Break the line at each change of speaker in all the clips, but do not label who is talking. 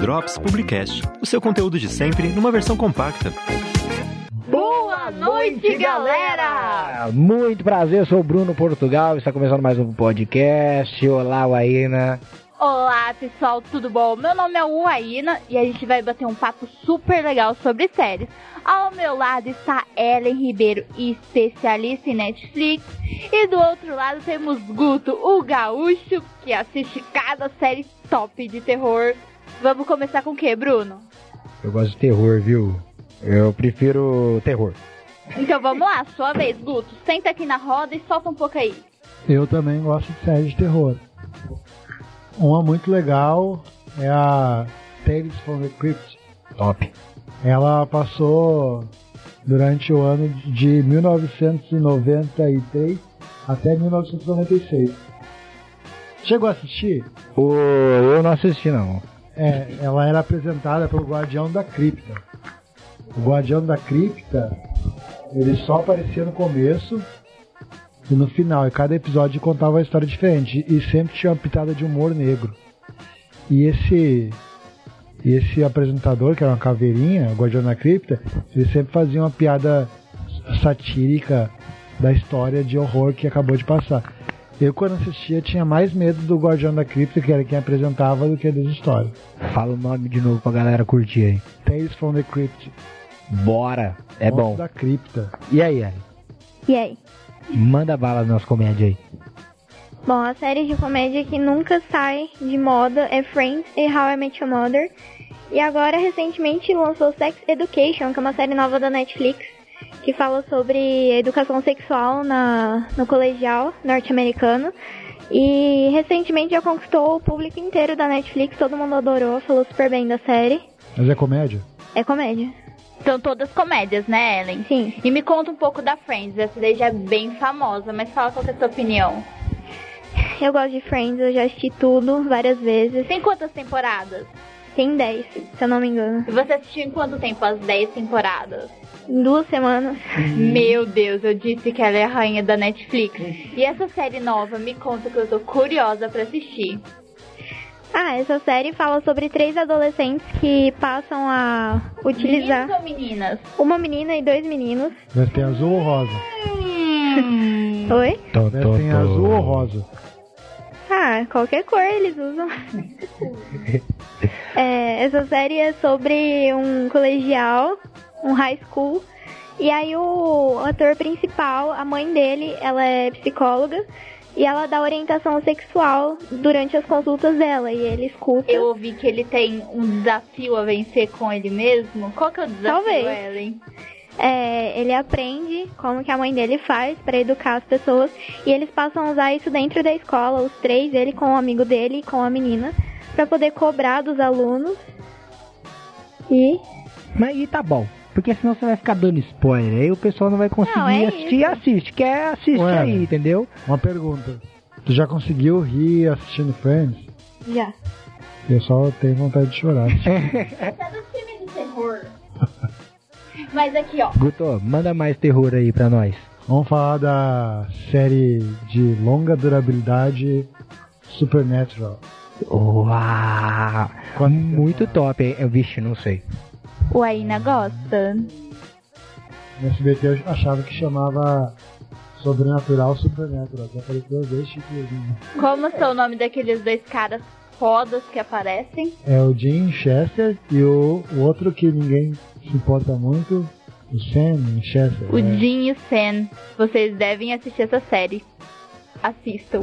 Drops Publicast, o seu conteúdo de sempre numa versão compacta.
Boa noite, galera!
Muito prazer, eu sou o Bruno Portugal, está começando mais um podcast. Olá, Waína.
Olá, pessoal, tudo bom? Meu nome é Uaína e a gente vai bater um papo super legal sobre séries. Ao meu lado está Ellen Ribeiro, especialista em Netflix, e do outro lado temos Guto, o gaúcho, que assiste cada série top de terror. Vamos começar com o que, Bruno?
Eu gosto de terror, viu? Eu prefiro terror.
Então vamos lá, sua vez, Guto. Senta aqui na roda e solta um pouco aí.
Eu também gosto de séries de terror. Uma muito legal é a Tales from the Crypt.
Top.
Ela passou durante o ano de 1993 até 1996. Chegou a assistir?
Ô, eu não assisti, não.
É, ela era apresentada pelo Guardião da Cripta. O Guardião da Cripta, ele só aparecia no começo e no final. E cada episódio contava uma história diferente. E sempre tinha uma pitada de humor negro. E esse e esse apresentador, que era uma caveirinha, o Guardião da Cripta, ele sempre fazia uma piada satírica da história de horror que acabou de passar. Eu, quando assistia, tinha mais medo do Guardião da Cripta, que era quem apresentava, do que das histórias.
Fala o nome de novo pra galera curtir aí.
Tales from the Crypt.
Bora! É
Contos
bom.
da Cripta.
E aí, Ari?
E aí?
Manda bala nas comédias aí.
Bom, a série de comédia que nunca sai de moda é Friends e How I Met Your Mother. E agora, recentemente, lançou Sex Education, que é uma série nova da Netflix, que fala sobre educação sexual na, no colegial norte-americano. E recentemente já conquistou o público inteiro da Netflix, todo mundo adorou, falou super bem da série.
Mas é comédia?
É comédia.
São Então todas comédias, né, Ellen?
Sim.
E me conta um pouco da Friends, essa daí já é bem famosa, mas fala qual que é a sua opinião.
Eu gosto de Friends, eu já assisti tudo várias vezes.
Tem quantas temporadas?
Tem 10, se eu não me engano.
E Você assistiu em quanto tempo as 10 temporadas?
Em duas semanas.
Meu Deus, eu disse que ela é a rainha da Netflix. E essa série nova, me conta que eu tô curiosa pra assistir.
Ah, essa série fala sobre três adolescentes que passam a utilizar
Meninos ou meninas?
uma menina e dois meninos.
Mas tem azul ou rosa?
Hum,
Oi?
Tô,
Mas tem azul ou rosa?
Ah, qualquer cor eles usam. É, essa série é sobre um colegial, um high school. E aí o ator principal, a mãe dele, ela é psicóloga e ela dá orientação sexual durante as consultas dela e ele escuta.
eu ouvi que ele tem um desafio a vencer com ele mesmo. Qual que é o desafio,
Talvez.
Ellen?
É, ele aprende como que a mãe dele faz pra educar as pessoas e eles passam a usar isso dentro da escola, os três, ele com o amigo dele e com a menina, pra poder cobrar dos alunos. E
Mas aí tá bom. Porque senão você vai ficar dando spoiler. Aí o pessoal não vai conseguir
Não, é
assistir. Assiste. Quer, assiste
Ué,
aí,
né?
entendeu?
Uma pergunta. Tu já conseguiu rir assistindo Friends?
já.
Eu só tenho vontade de chorar.
É.
Sabe o filme de terror? Mas aqui, ó.
Guto, manda mais terror aí pra nós.
Vamos falar da série de longa durabilidade Supernatural.
Uau!
Quantas
Muito
temporadas?
top, hein? Eu, Vixe, não sei.
O Aina gosta.
No SBT eu achava que chamava Sobrenatural Supernatural. Já falei duas vezes títulos. né?
Como são o nome daqueles dois caras fodas que aparecem?
É o Jim Chester e o, o outro que ninguém se importa muito, o Sam Chester.
O
né?
Jim e o Sam. Vocês devem assistir essa série. Assistam.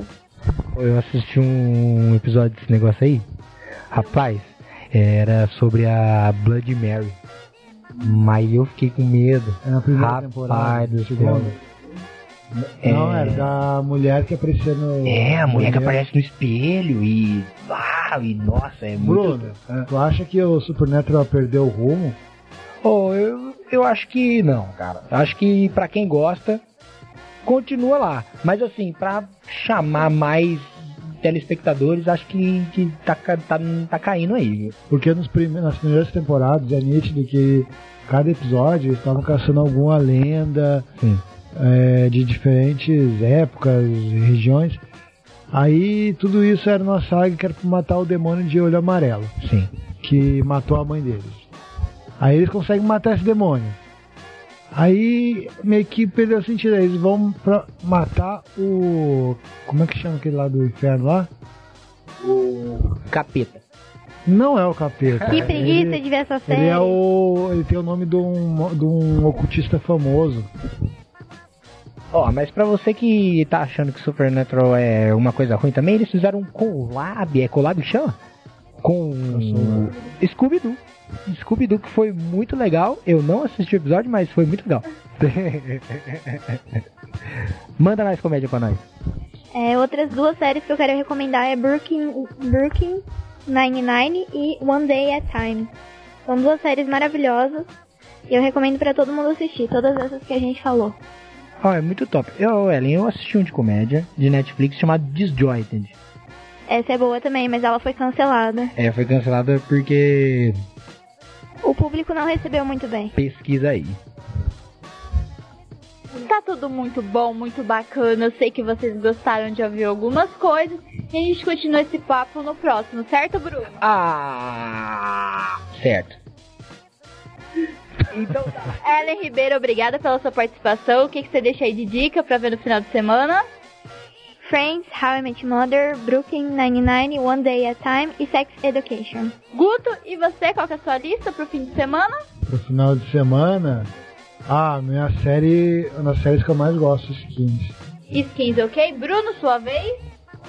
Pô, Eu assisti um episódio desse negócio aí. Rapaz, era sobre a Blood Mary. Mas eu fiquei com medo.
É na primeira
Rapaz
temporada.
do
segunda.
céu.
Não,
É.
era da mulher que aparecia no.
É, a mulher que
primeiro.
aparece no espelho e. Ah, e nossa, é muito.
Bruno, tu acha que o Supernatural perdeu o rumo?
Oh, eu, eu acho que não, cara. Eu acho que pra quem gosta, continua lá. Mas assim, pra chamar mais telespectadores, acho que, que tá, ca- tá, tá caindo aí. viu?
Porque nos prime- nas primeiras temporadas é nítido que cada episódio eles estavam caçando alguma lenda
Sim.
é, de diferentes épocas e regiões. Aí tudo isso era uma saga que era pra matar o demônio de olho amarelo,
Sim.
que matou a mãe deles. Aí eles conseguem matar esse demônio. Aí meio que perdeu o sentido, aí eles vão pra matar o. Como é que chama aquele lá do inferno lá?
Capeta.
Não é o capeta.
Que preguiça
Ele-
de ver essa série.
Ele é o. Ele tem o nome de um, de um ocultista famoso.
Ó, mas pra você que tá achando que Supernatural é uma coisa ruim também, eles fizeram um collab, é collab que chama? Com Scooby-Doo. Scooby-Doo que foi muito legal. Eu não assisti o episódio, mas foi muito legal. Manda mais comédia pra nós.
É, outras duas séries que eu quero recomendar é Brooklyn, Brooklyn Nine-Nine e One Day at a Time. São duas séries maravilhosas e eu recomendo pra todo mundo assistir, todas essas que a gente falou.
Ó, é muito top. Eu, Ellen, eu assisti um de comédia de Netflix chamado Disjointed.
Essa é boa também, mas ela foi cancelada.
É, foi cancelada porque
O público não recebeu muito bem.
pesquisa aí.
Tá tudo muito bom, muito bacana. Eu sei que vocês gostaram de ouvir algumas coisas. E a gente continua esse papo no próximo, certo, Bruno?
Ah! Certo. Então tá.
Ellen Ribeiro, obrigada pela sua participação. O que, que você deixa aí de dica pra ver no final de semana?
Friends, How I Met Your Mother, Brooklyn Nine-Nine, One Day at a Time e Sex Education.
Guto, e você? Qual que é a sua lista pro fim de semana?
No final de semana. Ah, minha série. é Uma das séries que eu mais gosto, Skins.
Skins, ok? Bruno, sua vez?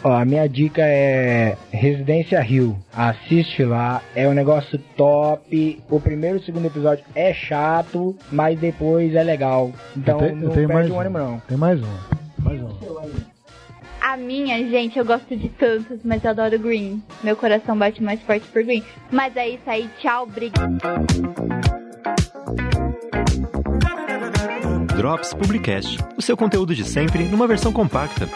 Ó, a minha dica é Residência Rio. Assiste lá, é um negócio top. O primeiro e o segundo episódio é chato, mas depois é legal. Então
eu te- eu
não
tenho mais
perde
um.
o ânimo não.
Tem mais uma. Mais um. uma.
A minha, gente, eu gosto de tantos, mas eu adoro Green. Meu coração bate mais forte por Green. Mas é isso aí, tchau, obrigada.
Drops Publicast, o seu conteúdo de sempre numa versão compacta.